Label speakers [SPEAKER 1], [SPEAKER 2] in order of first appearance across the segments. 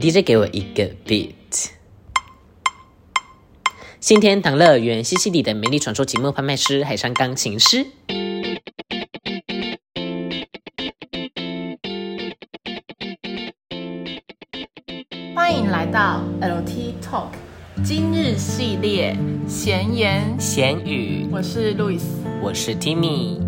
[SPEAKER 1] DJ 给我一个 beat。新天堂乐园，西西里的美丽传说，寂寞拍卖师，海上钢琴师。
[SPEAKER 2] 欢迎来到 LT Talk 今日系列闲言，
[SPEAKER 1] 咸鱼，
[SPEAKER 2] 我是路易斯。
[SPEAKER 1] 我是 Timmy，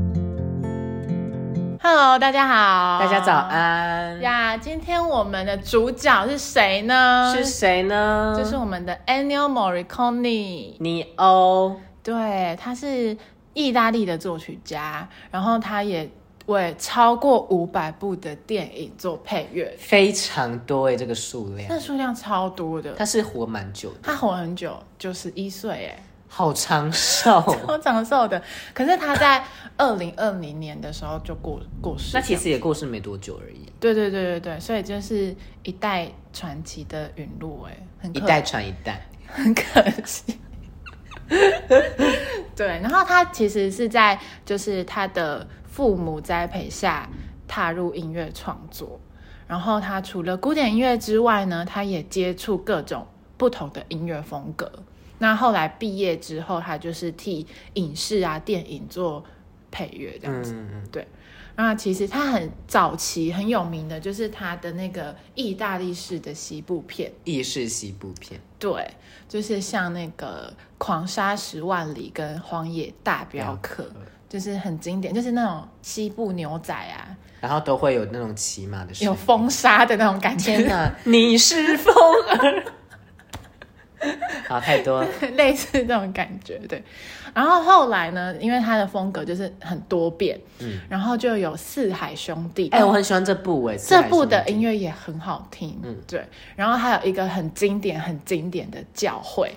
[SPEAKER 2] Hello，大家好，
[SPEAKER 1] 大家早。安。
[SPEAKER 2] 呀，今天我们的主角是谁呢？
[SPEAKER 1] 是谁呢？
[SPEAKER 2] 就是我们的 Ennio Morricone。
[SPEAKER 1] 尼欧。
[SPEAKER 2] 对，他是意大利的作曲家，然后他也为超过五百部的电影做配乐，
[SPEAKER 1] 非常多哎，这个数
[SPEAKER 2] 那
[SPEAKER 1] 量，
[SPEAKER 2] 数量超多的。
[SPEAKER 1] 他是活蛮久的，
[SPEAKER 2] 他活很久，九十一岁哎。
[SPEAKER 1] 好长寿。
[SPEAKER 2] 超长寿的。可是他在二零二零年的时候就过过世了。
[SPEAKER 1] 那其实也过世没多久而已，
[SPEAKER 2] 对对对对对，所以就是一代传奇的陨落，哎，很
[SPEAKER 1] 一
[SPEAKER 2] 可
[SPEAKER 1] 代传一代。
[SPEAKER 2] 很可惜。对，然后他其实是在就是他的父母栽培下踏入音乐创作，然后他除了古典音乐之外呢，他也接触各种不同的音乐风格。那后来毕业之后，他就是替影视啊、电影做配乐这样子。
[SPEAKER 1] 嗯，
[SPEAKER 2] 那其实他很早期很有名的就是他的那个意大利式的西部片。
[SPEAKER 1] 意式西部片，
[SPEAKER 2] 对，就是像那个《狂杀十万里》跟《荒野大镖客》，就是很经典，就是那种西部牛仔啊，
[SPEAKER 1] 然后都会有那种骑马的声音
[SPEAKER 2] 有风沙的那种感
[SPEAKER 1] 天
[SPEAKER 2] 觉，
[SPEAKER 1] 哪， 你是风儿。好，太多 了。
[SPEAKER 2] 类似这种感觉。对，然后后来呢，因为他的风格就是很多变，嗯，然后就有《四海兄弟》
[SPEAKER 1] 哎、我很喜欢这部哎，
[SPEAKER 2] 这部的
[SPEAKER 1] 音
[SPEAKER 2] 音乐也很好听，嗯，对。然后还有一个很经典、很经典的教会，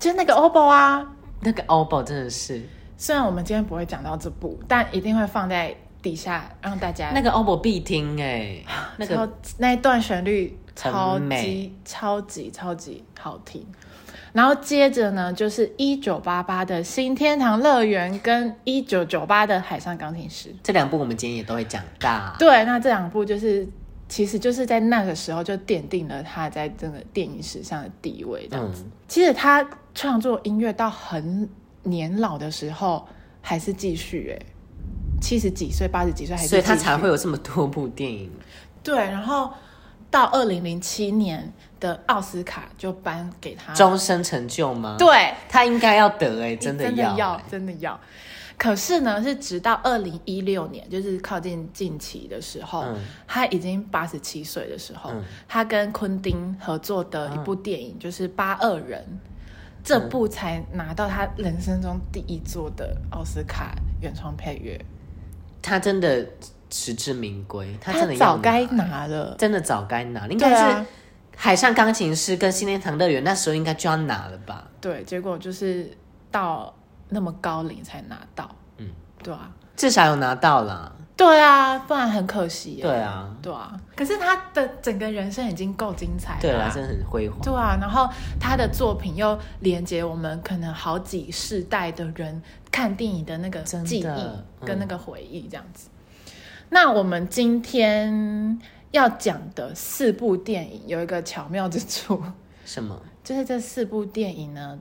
[SPEAKER 2] 就是那个 oboe 啊，
[SPEAKER 1] 那个欧宝真的是，
[SPEAKER 2] 虽然我们今天不会讲到这部，但一定会放在底下让大家
[SPEAKER 1] 那个欧宝必听哎， 那个
[SPEAKER 2] 超那一段旋律超
[SPEAKER 1] 很
[SPEAKER 2] 级
[SPEAKER 1] 美
[SPEAKER 2] 超级超级好听。然后接着呢，就是一九八八的《新天堂乐园》跟一九九八的《海上钢琴师》。
[SPEAKER 1] 这两部我们今天也都会讲到。
[SPEAKER 2] 对，那这两部就是，其实就是在那个时候就奠定了他在这个电影史上的地位。这样子，
[SPEAKER 1] 嗯
[SPEAKER 2] 其实他创作音乐到很年老的时候还是继续、欸，哎，七十几岁、八十几岁还是继
[SPEAKER 1] 所
[SPEAKER 2] 续，
[SPEAKER 1] 以他才会有这么多部电 影。
[SPEAKER 2] 对。然后到二零零七年的奥斯卡就颁给他，
[SPEAKER 1] 终身成就吗？，
[SPEAKER 2] 对，
[SPEAKER 1] 他应该要得哎，
[SPEAKER 2] 真
[SPEAKER 1] 真
[SPEAKER 2] 的
[SPEAKER 1] 的
[SPEAKER 2] 要，
[SPEAKER 1] 要。
[SPEAKER 2] 真的要。可是呢，是直到二零一六年，就是靠近近期的时候，
[SPEAKER 1] 嗯
[SPEAKER 2] 他已经八十七岁的时候，
[SPEAKER 1] 嗯
[SPEAKER 2] 他跟昆汀合作的一部电影、就是《八二人》，这
[SPEAKER 1] 嗯
[SPEAKER 2] 部才拿到他人生中第一座的奥斯卡原创配乐。
[SPEAKER 1] 他真的实至名归，他真的要
[SPEAKER 2] 早
[SPEAKER 1] 拿
[SPEAKER 2] 该拿了，
[SPEAKER 1] 真的早该拿，应
[SPEAKER 2] 对
[SPEAKER 1] 该是
[SPEAKER 2] 啊
[SPEAKER 1] 《海上钢琴师》跟《新天堂乐园》那时候应该就要拿了吧？
[SPEAKER 2] 对，结果就是到那么高龄才拿到，
[SPEAKER 1] 嗯
[SPEAKER 2] 嗯，对啊，
[SPEAKER 1] 至少有拿到啦。
[SPEAKER 2] 对啊，不然很可惜耶。
[SPEAKER 1] 对啊，
[SPEAKER 2] 对啊，可是他的整个人生已经够精彩了、
[SPEAKER 1] 对啊，真的很辉煌。
[SPEAKER 2] 对啊，然后他的作品又连接我们可能好几世代的人看电影的那个
[SPEAKER 1] 真的
[SPEAKER 2] 记
[SPEAKER 1] 嗯
[SPEAKER 2] 忆跟那个回忆这样子。那我们今天要讲的四部电影有一个巧妙之处，
[SPEAKER 1] 什么？
[SPEAKER 2] 就是这四部电影呢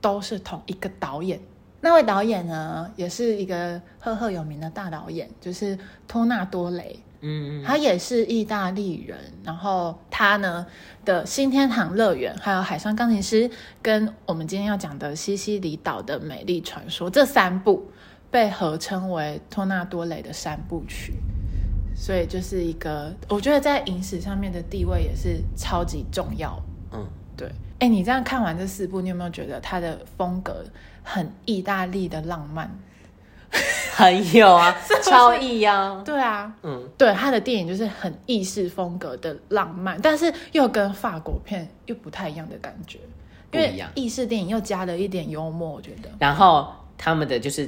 [SPEAKER 2] 都是同一个导演。那位导演呢，也是一个赫赫有名的大导演，就是托纳多雷。
[SPEAKER 1] 嗯，嗯
[SPEAKER 2] 他也是意大利人，然后他呢的新天堂乐园，还有海上钢琴师，跟我们今天要讲的西西里岛的美丽传说这三部被合称为托纳多雷的三部曲，所以就是一个我觉得在影史上面的地位也是超级重要。
[SPEAKER 1] 嗯，
[SPEAKER 2] 对，哎，你这样看完这四部，你有没有觉得他的风格很意大利的浪漫？
[SPEAKER 1] 很有 啊，超意啊。
[SPEAKER 2] 对啊，
[SPEAKER 1] 嗯，
[SPEAKER 2] 对他的电影就是很意式风格的浪漫，但是又跟法国片又不太一样的感觉，因
[SPEAKER 1] 不一
[SPEAKER 2] 为
[SPEAKER 1] 样
[SPEAKER 2] 意式电影又加了一点幽默，我觉得。
[SPEAKER 1] 然后他们的就是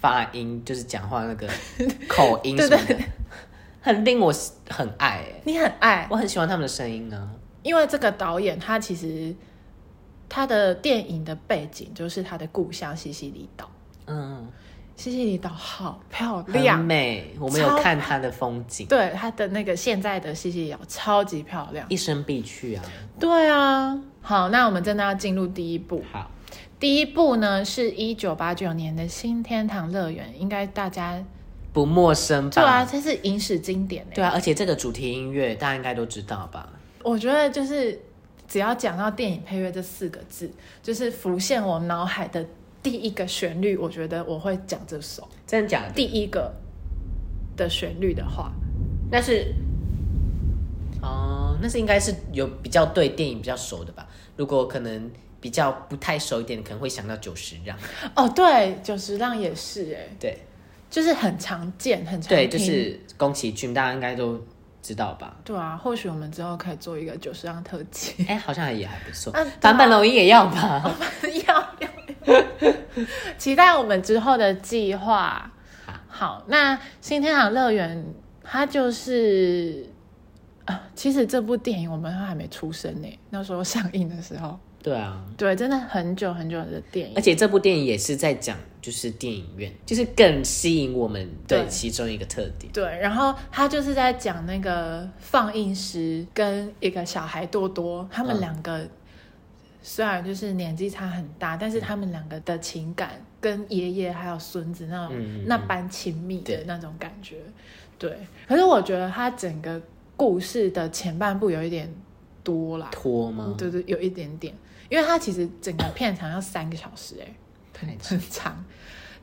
[SPEAKER 1] 发音，就是讲话那个口音
[SPEAKER 2] 对
[SPEAKER 1] 什么的，
[SPEAKER 2] 对
[SPEAKER 1] 很令我很爱、欸。
[SPEAKER 2] 你很爱
[SPEAKER 1] 我很喜欢他们的声音啊，
[SPEAKER 2] 因为这个导演他其实他的电影的背景就是他的故乡西西里岛，
[SPEAKER 1] 嗯，
[SPEAKER 2] 西西里岛好漂
[SPEAKER 1] 很
[SPEAKER 2] 亮，
[SPEAKER 1] 美。我们有
[SPEAKER 2] 超
[SPEAKER 1] 看它的风景，
[SPEAKER 2] 对，它的那个现在的西西里岛超级漂亮，
[SPEAKER 1] 一生必去啊。
[SPEAKER 2] 对啊。好，那我们真的要进入第一步。
[SPEAKER 1] 好，
[SPEAKER 2] 第一步呢，是一九八九年的新天堂乐园，应该大家
[SPEAKER 1] 不陌生吧？
[SPEAKER 2] 对啊，，这是影史经典欸
[SPEAKER 1] 对啊，而且这个主题音乐大家应该都知道吧？
[SPEAKER 2] 我觉得就是只要讲到电影配乐这四个字，就是浮现我脑海的第一个旋律，我觉得我会讲这首
[SPEAKER 1] 真的假的？
[SPEAKER 2] 第一个的旋律的话，
[SPEAKER 1] 那是哦，那是应该是有比较对电影比较熟的吧？如果可能比较不太熟一点，可能会想到九十让。
[SPEAKER 2] 哦，对，九十浪也是哎、
[SPEAKER 1] 对
[SPEAKER 2] 就是很常见，很常
[SPEAKER 1] 对，
[SPEAKER 2] 听。
[SPEAKER 1] 就是宫崎骏，大家应该都知道吧？
[SPEAKER 2] 对啊，或许我们之后可以做一个九十浪特辑。
[SPEAKER 1] 哎、好像也还不错
[SPEAKER 2] 啊对啊。
[SPEAKER 1] 坂本龙一也要吧？
[SPEAKER 2] 要要，期待我们之后的计划
[SPEAKER 1] 好。
[SPEAKER 2] 好，那新天堂乐园它就是啊，其实这部电影我们还没出生呢，那时候上映的时候，
[SPEAKER 1] 对啊，
[SPEAKER 2] 对，真的很久很久的电
[SPEAKER 1] 而
[SPEAKER 2] 影。
[SPEAKER 1] 且这部电影也是在讲，就是电影院，就是更吸引我们对
[SPEAKER 2] 对
[SPEAKER 1] 其中一个特点。
[SPEAKER 2] 对，然后他就是在讲那个放映师跟一个小孩多多，他们
[SPEAKER 1] 嗯
[SPEAKER 2] 两个虽然就是年纪差很大，
[SPEAKER 1] 嗯
[SPEAKER 2] 但是他们两个的情感跟爷爷还有孙子那种
[SPEAKER 1] 嗯嗯
[SPEAKER 2] 那般亲密的
[SPEAKER 1] 对
[SPEAKER 2] 那种感觉。对，可是我觉得它整个故事的前半部有一点多啦，
[SPEAKER 1] 拖吗？
[SPEAKER 2] 对对，有一点点，因为它其实整个片长要三个小时、欸，
[SPEAKER 1] 太长
[SPEAKER 2] 很长。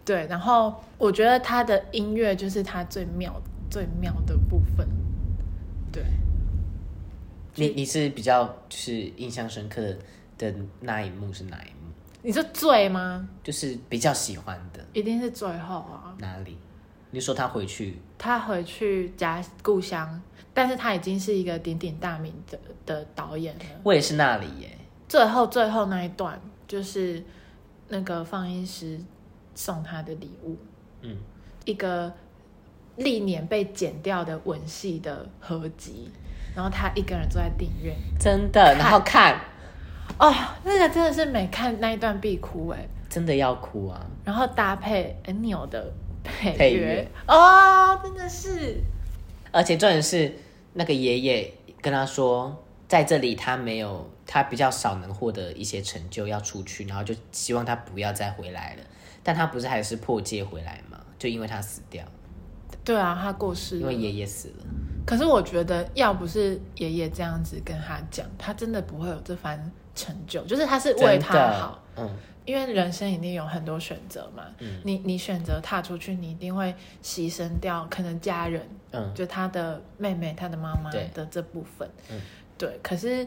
[SPEAKER 2] 对，然后我觉得它的音乐就是它最妙、最妙的部分。对，
[SPEAKER 1] 你你是比较就是印象深刻的那一幕是哪一幕？
[SPEAKER 2] 你说最吗？
[SPEAKER 1] 就是比较喜欢的
[SPEAKER 2] 一定是最后啊，
[SPEAKER 1] 哪里？你说他回去，
[SPEAKER 2] 他回去家故乡，但是他已经是一个鼎鼎大名的的导演了。
[SPEAKER 1] 我也是那里耶。
[SPEAKER 2] 最后最后那一段就是那个放映师送他的礼物，
[SPEAKER 1] 嗯，
[SPEAKER 2] 一个历年被剪掉的吻戏的合集，然后他一个人坐在电影院，
[SPEAKER 1] 真的，然后看，
[SPEAKER 2] 哦，那个真的是每看那一段必哭哎、
[SPEAKER 1] 真的要哭啊！
[SPEAKER 2] 然后搭配 a n i l 的配
[SPEAKER 1] 配
[SPEAKER 2] 乐
[SPEAKER 1] 乐，
[SPEAKER 2] 哦，真的是
[SPEAKER 1] 而且重点是那个爷爷跟他说，在这里他没有，他比较少能获得一些成就，要出去，然后就希望他不要再回来了。但他不是还是破戒回来吗？就因为他死掉，
[SPEAKER 2] 对啊，他过世
[SPEAKER 1] 因
[SPEAKER 2] 了
[SPEAKER 1] 为。爷爷死了。
[SPEAKER 2] 可是我觉得，要不是爷爷这样子跟他讲，他真的不会有这番成就。就是他是为
[SPEAKER 1] 真
[SPEAKER 2] 他好
[SPEAKER 1] 的，，嗯，
[SPEAKER 2] 因为人生一定有很多选择嘛。你你选择踏出去，你一定会牺牲掉可能家人，
[SPEAKER 1] 嗯
[SPEAKER 2] 就他的妹妹、他的妈妈
[SPEAKER 1] 对
[SPEAKER 2] 的这部分。
[SPEAKER 1] 嗯
[SPEAKER 2] 对，可是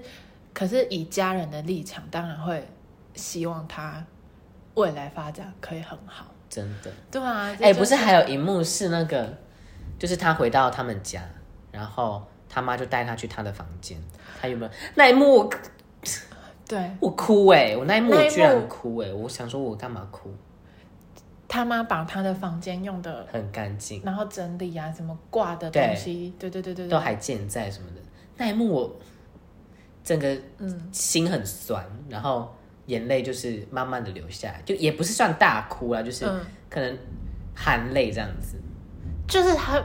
[SPEAKER 2] 可是以家人的立场，当然会希望他未来发展可以很好。
[SPEAKER 1] 真的。
[SPEAKER 2] 对啊，这
[SPEAKER 1] 哎、
[SPEAKER 2] 就
[SPEAKER 1] 不是还有一幕是那个，就是他回到他们家，然后他妈就带他去他的房间，他有没有那一幕我？
[SPEAKER 2] 对
[SPEAKER 1] 我哭哎、我那一幕
[SPEAKER 2] 那一
[SPEAKER 1] 我
[SPEAKER 2] 幕
[SPEAKER 1] 居然哭哎、我想说我干嘛哭？
[SPEAKER 2] 他妈把他的房间用的，
[SPEAKER 1] 很干净，
[SPEAKER 2] 然后整理啊，什么挂的东西，对对对对对，
[SPEAKER 1] 都还健在什么的。那一幕我整个
[SPEAKER 2] 嗯
[SPEAKER 1] 心很酸，然后眼泪就是慢慢的流下来，就也不是算大哭啦，就是
[SPEAKER 2] 嗯
[SPEAKER 1] 可能含泪这样子。
[SPEAKER 2] 就是他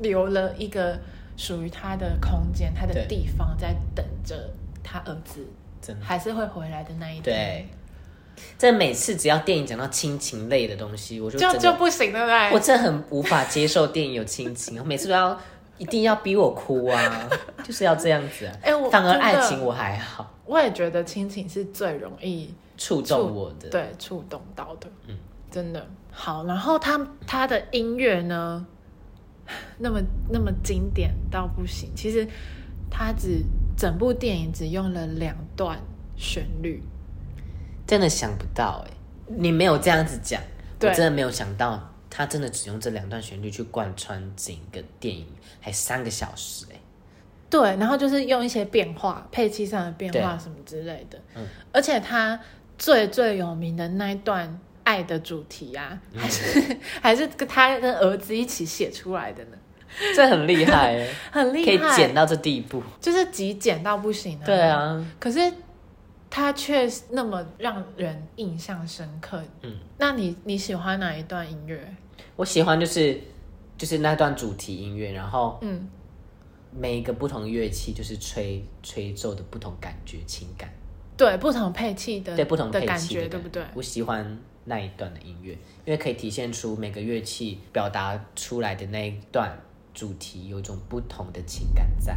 [SPEAKER 2] 留了一个属于他的空间，他的
[SPEAKER 1] 对
[SPEAKER 2] 地方，在等着他儿子
[SPEAKER 1] 真的
[SPEAKER 2] 还是会回来的那一天
[SPEAKER 1] 对，，这每次只要电影讲到亲情类的东西，我就
[SPEAKER 2] 就
[SPEAKER 1] 整
[SPEAKER 2] 就
[SPEAKER 1] 个
[SPEAKER 2] 不行，对不对？
[SPEAKER 1] 我真的很无法接受电影有亲情， 我每次都要一定要逼我哭啊，就是要这样子、啊。
[SPEAKER 2] 哎我
[SPEAKER 1] 反而
[SPEAKER 2] 真的
[SPEAKER 1] 爱情我还好，
[SPEAKER 2] 我也觉得亲情是最容易
[SPEAKER 1] 触
[SPEAKER 2] 触
[SPEAKER 1] 动我的。
[SPEAKER 2] 对触动到的，
[SPEAKER 1] 嗯
[SPEAKER 2] 真的好。然后他他的音乐呢， 那么那么经典到不行。其实他只整部电影只用了两段旋律，
[SPEAKER 1] 真的想不到哎、你没有这样子讲，我
[SPEAKER 2] 对
[SPEAKER 1] 真的没有想到，他真的只用这两段旋律去贯穿整个电影，还三个小时哎、
[SPEAKER 2] 对，然后就是用一些变化，配器上的变化
[SPEAKER 1] 对
[SPEAKER 2] 什么之类的。
[SPEAKER 1] 嗯
[SPEAKER 2] 而且他最最有名的那一段
[SPEAKER 1] 嗯
[SPEAKER 2] 爱的主题啊，还是、还是他跟儿子一起写出来的呢。
[SPEAKER 1] 这很厉害耶，
[SPEAKER 2] 很
[SPEAKER 1] 可以
[SPEAKER 2] 厉害，
[SPEAKER 1] 剪到这地步。
[SPEAKER 2] 就是极简到不行啊。
[SPEAKER 1] 对，啊，
[SPEAKER 2] 可是它却那么让人印象深刻。
[SPEAKER 1] 嗯，
[SPEAKER 2] 那你你喜欢哪一段音乐？
[SPEAKER 1] 我喜欢就是就是那段主题音乐，然后
[SPEAKER 2] 嗯，
[SPEAKER 1] 每一个不同乐器就是吹吹奏的不同感觉、情感，
[SPEAKER 2] 对，不同配器的
[SPEAKER 1] 对不同配
[SPEAKER 2] 的
[SPEAKER 1] 器的
[SPEAKER 2] 感觉，对不对？
[SPEAKER 1] 我喜欢那一段的音乐，因为可以体现出每个乐器表达出来的那一段主题有一种不同的情感在。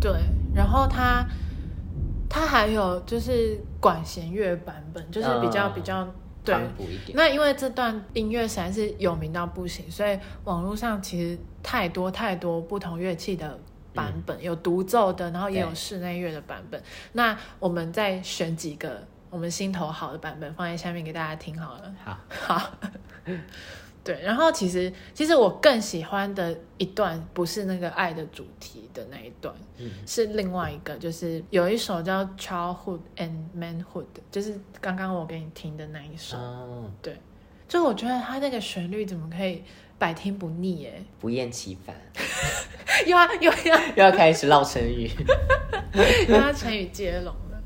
[SPEAKER 2] 对，然后它它还有就是管弦乐版本，就是比较、
[SPEAKER 1] 嗯
[SPEAKER 2] 比较对。
[SPEAKER 1] 反补一点，
[SPEAKER 2] 那因为这段音乐实在是有名到不行，所以网络上其实太多太多不同乐器的版本，有独奏的，然后也有
[SPEAKER 1] 嗯对
[SPEAKER 2] 室内乐的版本。那我们再选几个我们心头好的版本放在下面给大家听好了。
[SPEAKER 1] 好，
[SPEAKER 2] 好， 对。然后其实其实我更喜欢的一段不是那个爱的主题的那一段，
[SPEAKER 1] 嗯
[SPEAKER 2] 是另外一个，就是有一首叫《Childhood and Manhood》，就是刚刚我给你听的那一首。
[SPEAKER 1] 哦，
[SPEAKER 2] 对，就我觉得它那个旋律怎么可以百听不腻耶？
[SPEAKER 1] 不厌其烦，
[SPEAKER 2] 又要又 要
[SPEAKER 1] 又要开始唠成语。
[SPEAKER 2] 跟它成语接龙了。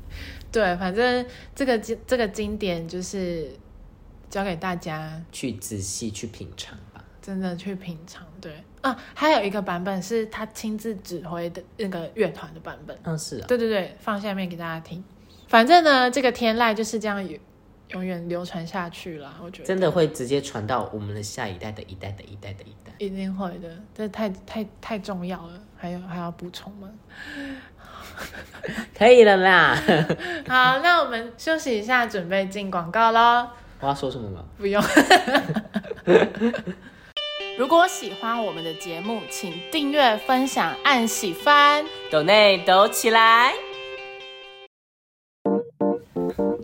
[SPEAKER 2] 对，反正这个经这个经典就是教给大家，
[SPEAKER 1] 去仔细去品尝吧。
[SPEAKER 2] 真的去品尝。对啊，还有一个版本是他亲自指挥的那个乐团的版本。
[SPEAKER 1] 嗯，是啊，
[SPEAKER 2] 对对对，放下面给大家听。反正呢，这个天籁就是这样永永远流传下去啦。我觉得
[SPEAKER 1] 真的会直接传到我们的下一代的一代的一代的一代。
[SPEAKER 2] 一定会的，这太太太重要了。还有还要补充吗？
[SPEAKER 1] 可以了啦，
[SPEAKER 2] 好，那我们休息一下，准备进广告喽。
[SPEAKER 1] 我要说什么吗？
[SPEAKER 2] 不用。 如果喜欢我们的节目，请订阅、分享、按喜欢。
[SPEAKER 1] 抖内抖起来。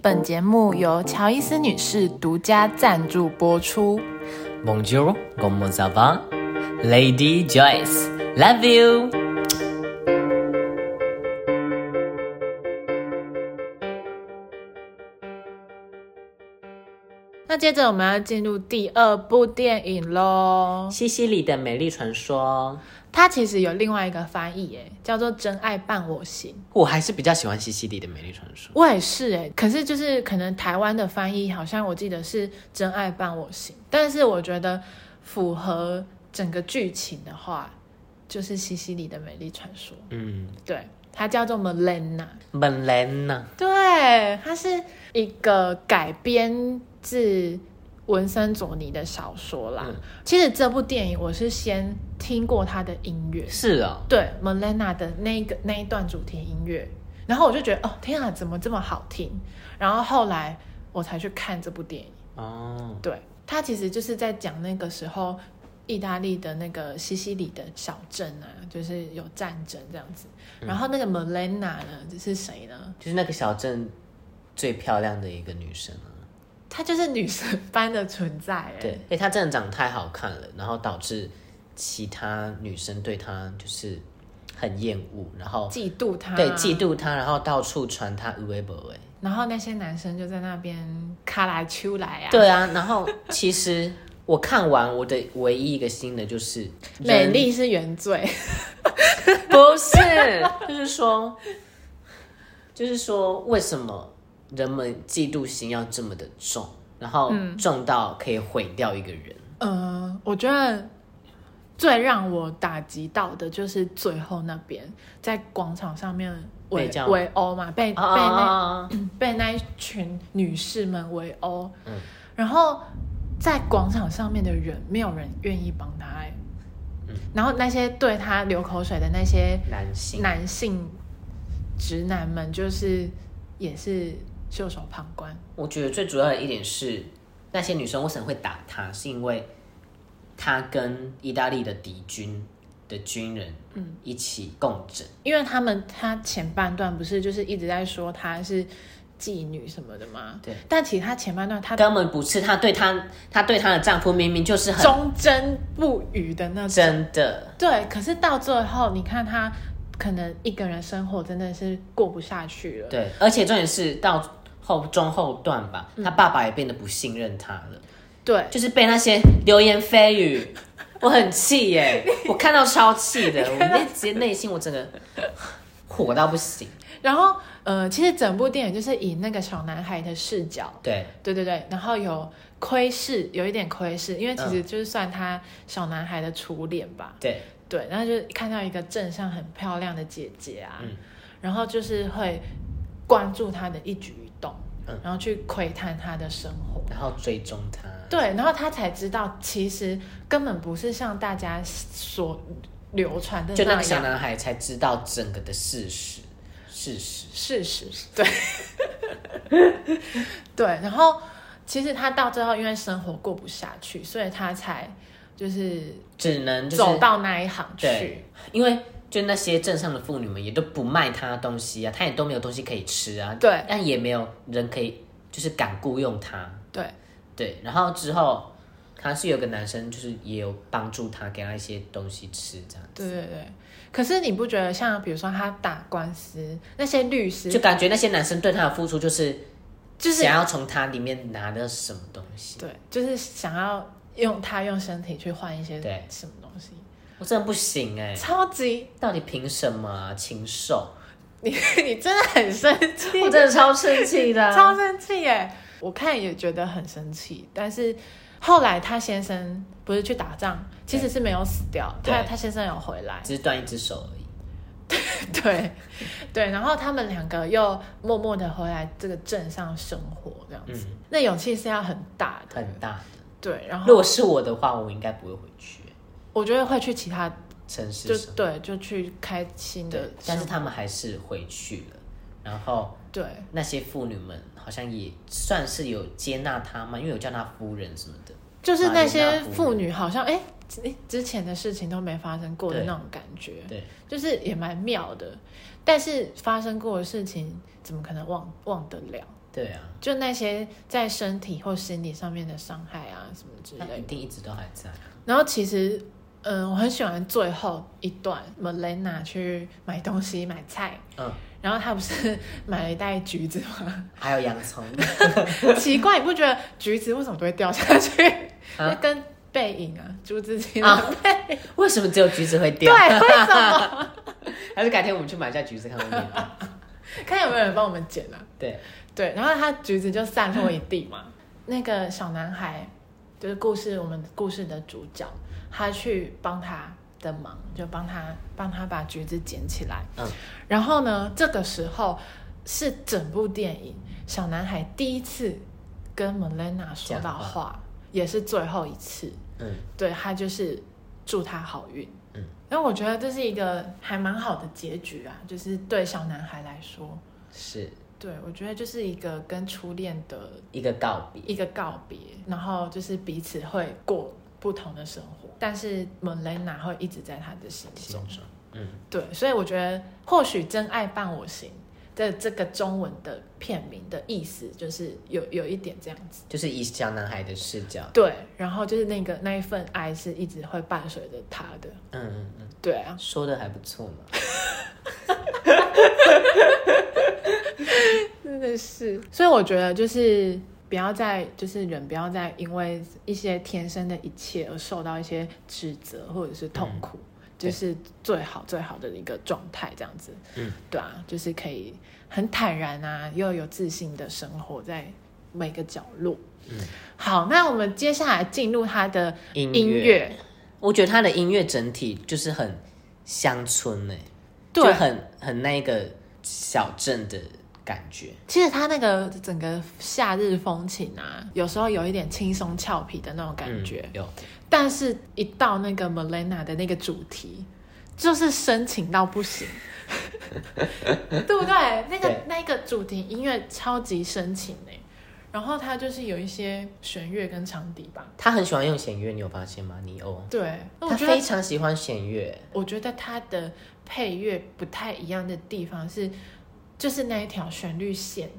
[SPEAKER 2] 本节目由乔伊斯女士独家赞助播出。
[SPEAKER 1] Bonjour, comment ça va? Lady Joyce, love you.
[SPEAKER 2] 那接着我们要进入第二部电影喽。
[SPEAKER 1] 西西里的美丽传说，
[SPEAKER 2] 它其实有另外一个翻译，诶，叫做《真爱伴我行》。
[SPEAKER 1] 我还是比较喜欢西西里的美丽传说。
[SPEAKER 2] 我也是哎、可是就是可能台湾的翻译好像我记得是“真爱伴我行”，但是我觉得符合整个剧情的话，就是西西里的美丽传说，
[SPEAKER 1] 嗯，
[SPEAKER 2] 对，它叫做 Melena，
[SPEAKER 1] 本人呢？
[SPEAKER 2] 对，它是一个改编自文森佐尼的小说啦。
[SPEAKER 1] 嗯
[SPEAKER 2] 其实这部电影我是先听过它的音乐，
[SPEAKER 1] 是哦，
[SPEAKER 2] 对 Melena 的那一个那一段主题音乐，然后我就觉得哦天啊，怎么这么好听？然后后来我才去看这部电影，
[SPEAKER 1] 哦，
[SPEAKER 2] 对，它其实就是在讲那个时候意大利的那个西西里的小镇啊，就是有战争这样子。
[SPEAKER 1] 嗯
[SPEAKER 2] 然后那个 Melena 呢，这是谁呢？
[SPEAKER 1] 就是那个小镇最漂亮的一个女生啊。
[SPEAKER 2] 她就是女神般的存在、欸，
[SPEAKER 1] 对，哎、她真的长得太好看了，然后导致其他女生对她就是很厌恶，然后
[SPEAKER 2] 嫉妒她，
[SPEAKER 1] 对嫉。妒她，然后到处传她 u e b o 哎，
[SPEAKER 2] 然后那些男生就在那边卡来秋来啊，
[SPEAKER 1] 对啊，然后其实我看完我的唯一一个新的就是
[SPEAKER 2] 美
[SPEAKER 1] 人
[SPEAKER 2] 丽是原罪，
[SPEAKER 1] 不是， 就是说，就是说，为什么人们嫉妒心要这么的重，然后
[SPEAKER 2] 嗯
[SPEAKER 1] 重到可以毁掉一个人？
[SPEAKER 2] 呃，我觉得最让我打击到的就是最后那边在广场上面围
[SPEAKER 1] 被这样
[SPEAKER 2] 围殴嘛，被被
[SPEAKER 1] 啊
[SPEAKER 2] 那
[SPEAKER 1] 啊
[SPEAKER 2] 被那一群女士们围殴，
[SPEAKER 1] 嗯
[SPEAKER 2] 然后在广场上面的人，没有人愿意帮他、欸
[SPEAKER 1] 嗯
[SPEAKER 2] 然后那些对他流口水的那些
[SPEAKER 1] 男性，
[SPEAKER 2] 男性直男们，就是也是袖手旁观，
[SPEAKER 1] 我觉得最主要的一点是，那些女生为什么会打他，是因为他跟意大利的敌军的军人
[SPEAKER 2] 嗯
[SPEAKER 1] 一起共枕，
[SPEAKER 2] 因为他们他前半段不是就是一直在说她是妓女什么的吗？
[SPEAKER 1] 对，
[SPEAKER 2] 但其实她前半段她
[SPEAKER 1] 根本不是她对她，她对她的丈夫明明就是很
[SPEAKER 2] 忠贞不渝的那种，
[SPEAKER 1] 真的，
[SPEAKER 2] 对。可是到最后，你看她可能一个人生活真的是过不下去了，
[SPEAKER 1] 对，而且重点是到后中后段吧，他爸爸也变得不信任他了，
[SPEAKER 2] 对
[SPEAKER 1] 就是被那些流言蜚语我很气耶、 我看到超气的，我那直接内心我整个火到不行。
[SPEAKER 2] 然后呃，其实整部电影就是以那个小男孩的视角，
[SPEAKER 1] 对，
[SPEAKER 2] 对对对，然后有窥视，有一点窥视，因为其实
[SPEAKER 1] 嗯
[SPEAKER 2] 就是算他小男孩的初恋吧，
[SPEAKER 1] 对，
[SPEAKER 2] 对，然后就看到一个镇上很漂亮的姐姐啊，
[SPEAKER 1] 嗯
[SPEAKER 2] 然后就是会关注她的一举一动，
[SPEAKER 1] 嗯
[SPEAKER 2] 然后去窥探她的生活。
[SPEAKER 1] 然后追踪他，
[SPEAKER 2] 对，然后他才知道，其实根本不是像大家所流传的
[SPEAKER 1] 就那
[SPEAKER 2] 那
[SPEAKER 1] 个小
[SPEAKER 2] 样
[SPEAKER 1] 男孩才知道整个的事实，事实。
[SPEAKER 2] 事实。对， 对。然后其实他到最后，因为生活过不下去，所以他才就是
[SPEAKER 1] 只能嗯就是
[SPEAKER 2] 走到那一行去
[SPEAKER 1] 对。因为就那些镇上的妇女们也都不卖他东西啊，他也都没有东西可以吃啊，
[SPEAKER 2] 对
[SPEAKER 1] 但也没有人可以就是敢雇佣他，
[SPEAKER 2] 对
[SPEAKER 1] 对，然后之后他是有个男生就是也有帮助他，给他一些东西吃这样
[SPEAKER 2] 对
[SPEAKER 1] 子，
[SPEAKER 2] 对对。可是你不觉得像比如说他打官司那些律师
[SPEAKER 1] 就感觉那些男生对他的付出就是
[SPEAKER 2] 就是
[SPEAKER 1] 想要从他里面拿到什么东西，
[SPEAKER 2] 对，就是想要用他用身体去换一些
[SPEAKER 1] 对
[SPEAKER 2] 什么东西，
[SPEAKER 1] 我真的不行哎、
[SPEAKER 2] 超级
[SPEAKER 1] 到底凭什么啊、禽兽？
[SPEAKER 2] 你 你真的很生气，
[SPEAKER 1] 我真的超生气的啊、
[SPEAKER 2] 超生气耶！我看也觉得很生气，但是后来他先生不是去打仗，其实是没有死掉，
[SPEAKER 1] 对
[SPEAKER 2] 他他先生有回 来，
[SPEAKER 1] 只是断一只手而已。
[SPEAKER 2] 对对，然后他们两个又默默的回来这个镇上生活这样子，
[SPEAKER 1] 嗯
[SPEAKER 2] 那勇气是要很大的，
[SPEAKER 1] 很大
[SPEAKER 2] 对，然
[SPEAKER 1] 如
[SPEAKER 2] 后
[SPEAKER 1] 果是我的话，我应该不会回去
[SPEAKER 2] 我觉得会去其他
[SPEAKER 1] 城市
[SPEAKER 2] 就
[SPEAKER 1] 生活。
[SPEAKER 2] 对就去开新的
[SPEAKER 1] 对
[SPEAKER 2] 生活，，
[SPEAKER 1] 但是他们还是回去了。然后
[SPEAKER 2] 对。
[SPEAKER 1] 那些妇女们好像也算是有接纳他嘛，因为有叫他夫人什么的。
[SPEAKER 2] 就是那些妇女好像哎、诶之前的事情都没发生过的那种感觉，
[SPEAKER 1] 对，
[SPEAKER 2] 就是也蛮妙的。但是发生过的事情怎么可能忘忘得了？
[SPEAKER 1] 对啊，
[SPEAKER 2] 就那些在身体或心理上面的伤害啊什么之
[SPEAKER 1] 他
[SPEAKER 2] 类
[SPEAKER 1] 一
[SPEAKER 2] 的。
[SPEAKER 1] 定一直都还在。啊
[SPEAKER 2] 然后其实，嗯，我很喜欢最后一段 Melena 去买东西买菜，
[SPEAKER 1] 嗯，
[SPEAKER 2] 然后她不是 买了一袋橘子吗？
[SPEAKER 1] 还有洋葱，
[SPEAKER 2] 奇怪，你不觉得橘子为什么都会掉下去？
[SPEAKER 1] 啊
[SPEAKER 2] 那 跟背影啊，朱自清
[SPEAKER 1] 啊
[SPEAKER 2] 的背影
[SPEAKER 1] 为什么只有橘子会掉？
[SPEAKER 2] 对，为什么？
[SPEAKER 1] 还是改天我们去买一下橘子看会不会 掉。
[SPEAKER 2] 看有没有人帮我们捡啊？
[SPEAKER 1] 对，
[SPEAKER 2] 对，然后他橘子就散落一地 嘛。那个小男孩就是故事我们故事的主角，他去帮他的忙，就帮他帮他把橘子捡起来。
[SPEAKER 1] 嗯，
[SPEAKER 2] 然后呢，这个时候是整部电影小男孩第一次跟 Melena 说到
[SPEAKER 1] 讲话
[SPEAKER 2] 话也是最后一次。
[SPEAKER 1] 嗯，
[SPEAKER 2] 对他就是祝他好运。
[SPEAKER 1] 嗯，
[SPEAKER 2] 那我觉得这是一个还蛮好的结局啊，就是对小男孩来说，
[SPEAKER 1] 是
[SPEAKER 2] 对我觉得就是一个跟初恋的
[SPEAKER 1] 一个告别。
[SPEAKER 2] 一个告别，然后就是彼此会过不同的生活，但是 Melena 会一直在他的心中。
[SPEAKER 1] 中，嗯，
[SPEAKER 2] 对，所以我觉得或许“真爱伴我行”的这个中文的片名的意思，就是有有一点这样子。
[SPEAKER 1] 就是以小男孩的视角，
[SPEAKER 2] 对，然后就是那个那一份爱是一直会伴随着他的，
[SPEAKER 1] 嗯嗯嗯，
[SPEAKER 2] 对啊，
[SPEAKER 1] 说的还不错嘛。
[SPEAKER 2] 真的是。所以我觉得就是不要再，就是人不要再因为一些天生的一切而受到一些指责或者是痛
[SPEAKER 1] 嗯
[SPEAKER 2] 苦，
[SPEAKER 1] 对
[SPEAKER 2] 就是最好最好的一个状态，这样子。
[SPEAKER 1] 嗯，
[SPEAKER 2] 对啊，就是可以很坦然啊，又有自信的生活在每个角落。
[SPEAKER 1] 嗯，
[SPEAKER 2] 好，那我们接下来进入他的
[SPEAKER 1] 音
[SPEAKER 2] 音乐，
[SPEAKER 1] 我觉得他的音乐整体就是很乡村哎、
[SPEAKER 2] 对
[SPEAKER 1] 就很很那个小镇的感觉。
[SPEAKER 2] 其实他那个整个夏日风情啊，有时候有一点轻松俏皮的那种感觉。
[SPEAKER 1] 嗯、有，
[SPEAKER 2] 但是，一到那个 Melena 的那个主题，就是深情到不 行，对不对？那个
[SPEAKER 1] 对
[SPEAKER 2] 那个主题音乐超级深情呢、然后它就是有一些弦乐跟长笛吧，
[SPEAKER 1] 他很喜欢用弦乐，你有发现吗？尼欧，
[SPEAKER 2] 对，那我
[SPEAKER 1] 他
[SPEAKER 2] 觉
[SPEAKER 1] 非
[SPEAKER 2] 得
[SPEAKER 1] 常喜欢弦乐，
[SPEAKER 2] 我觉得它的配乐不太一样的地方是，就是那一条旋律线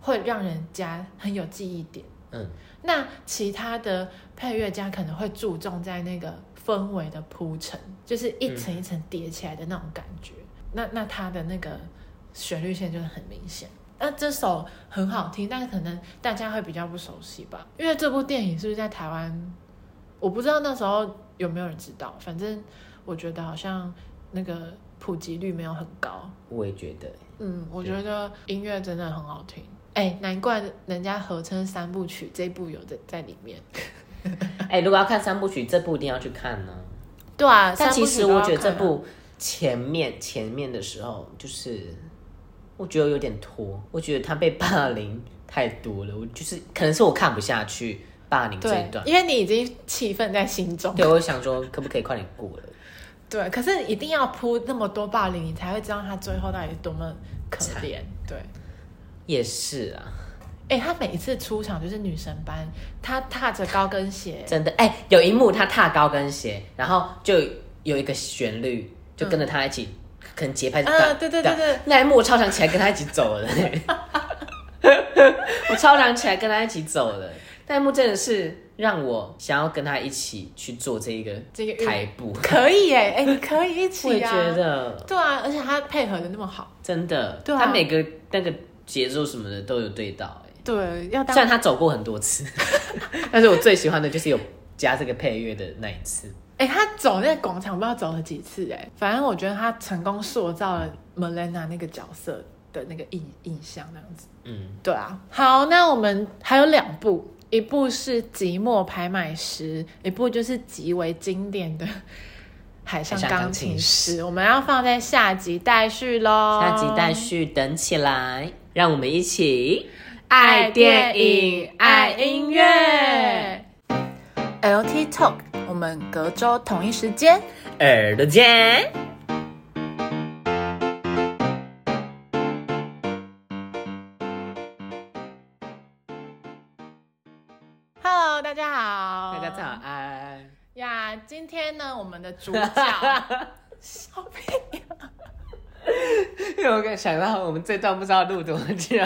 [SPEAKER 2] 会让人家很有记忆点。
[SPEAKER 1] 嗯，
[SPEAKER 2] 那其他的配乐家可能会注重在那个氛围的铺陈，就是一层一层叠起来的那种感觉。那那它的那个旋律线就是很明显。那这首很好听，但是可能大家会比较不熟悉吧，因为这部电影是不是在台湾我不知道那时候有没有人知道，反正我觉得好像那个普及率没有很高。
[SPEAKER 1] 我也觉得，
[SPEAKER 2] 嗯，我
[SPEAKER 1] 对
[SPEAKER 2] 觉得音乐真的很好听。哎，难怪人家合称三部曲，这一部有在在里面。
[SPEAKER 1] 哎、如果要看三部曲，这部一定要去看呢、
[SPEAKER 2] 对啊，
[SPEAKER 1] 但
[SPEAKER 2] 三
[SPEAKER 1] 其
[SPEAKER 2] 部曲
[SPEAKER 1] 实
[SPEAKER 2] 都
[SPEAKER 1] 我
[SPEAKER 2] 要
[SPEAKER 1] 觉得这
[SPEAKER 2] 看啊
[SPEAKER 1] 部前面前面的时候，就是我觉得有点拖，我觉得他被霸凌太多了，我就是可能是我看不下去霸凌这
[SPEAKER 2] 对
[SPEAKER 1] 一段，，
[SPEAKER 2] 因为你已经气愤在心中。
[SPEAKER 1] 对我想说可不可以快点过了？
[SPEAKER 2] 对，可是一定要铺那么多霸凌，你才会知道他最后到底是多么可
[SPEAKER 1] 惨
[SPEAKER 2] 怜。对，
[SPEAKER 1] 也是啊，
[SPEAKER 2] 哎、他每一次出场就是女神班，他踏着高跟鞋，
[SPEAKER 1] 真的哎、有一幕他踏高跟鞋，然后就有一个旋律就跟着他一起，可能节拍就
[SPEAKER 2] 嗯
[SPEAKER 1] 哒
[SPEAKER 2] 对对
[SPEAKER 1] 哒
[SPEAKER 2] 对对
[SPEAKER 1] 那一幕我超想起来跟他一起走的， 我超想起来跟他一起走的，那一幕真的是让我想要跟他一起去做这一个
[SPEAKER 2] 这个运
[SPEAKER 1] 台步，
[SPEAKER 2] 可以哎、哎、你可以一
[SPEAKER 1] 我也
[SPEAKER 2] 起啊。
[SPEAKER 1] 觉得
[SPEAKER 2] 对啊，而且他配合的那么好，
[SPEAKER 1] 真的，
[SPEAKER 2] 对啊
[SPEAKER 1] 他每个那个节奏什么的都有对到、哎
[SPEAKER 2] 对，要
[SPEAKER 1] 虽然
[SPEAKER 2] 当
[SPEAKER 1] 他走过很多次， 但是我最喜欢的就是有加这个配乐的那一次。
[SPEAKER 2] 哎、他走那个广场不知道走了几次哎、反正我觉得他成功塑造了 Melena 那个角色的那个印印象那样子。
[SPEAKER 1] 嗯，
[SPEAKER 2] 对啊，好，那我们还有两部，一部是《即墨拍卖师》，一部就是极为经典的《海上
[SPEAKER 1] 海上
[SPEAKER 2] 钢
[SPEAKER 1] 钢琴
[SPEAKER 2] 琴师》，我们要放在下集待续喽。
[SPEAKER 1] 下集待续，等起来，让我们一起
[SPEAKER 2] 爱电影，爱音乐。LT Talk，我们隔周同一时间
[SPEAKER 1] 耳朵见。
[SPEAKER 2] ，Hello，大家好，
[SPEAKER 1] 大家早安，
[SPEAKER 2] 呀。今天呢，我们的主角小屁，
[SPEAKER 1] 因为我刚想到我们这段不知道录多久，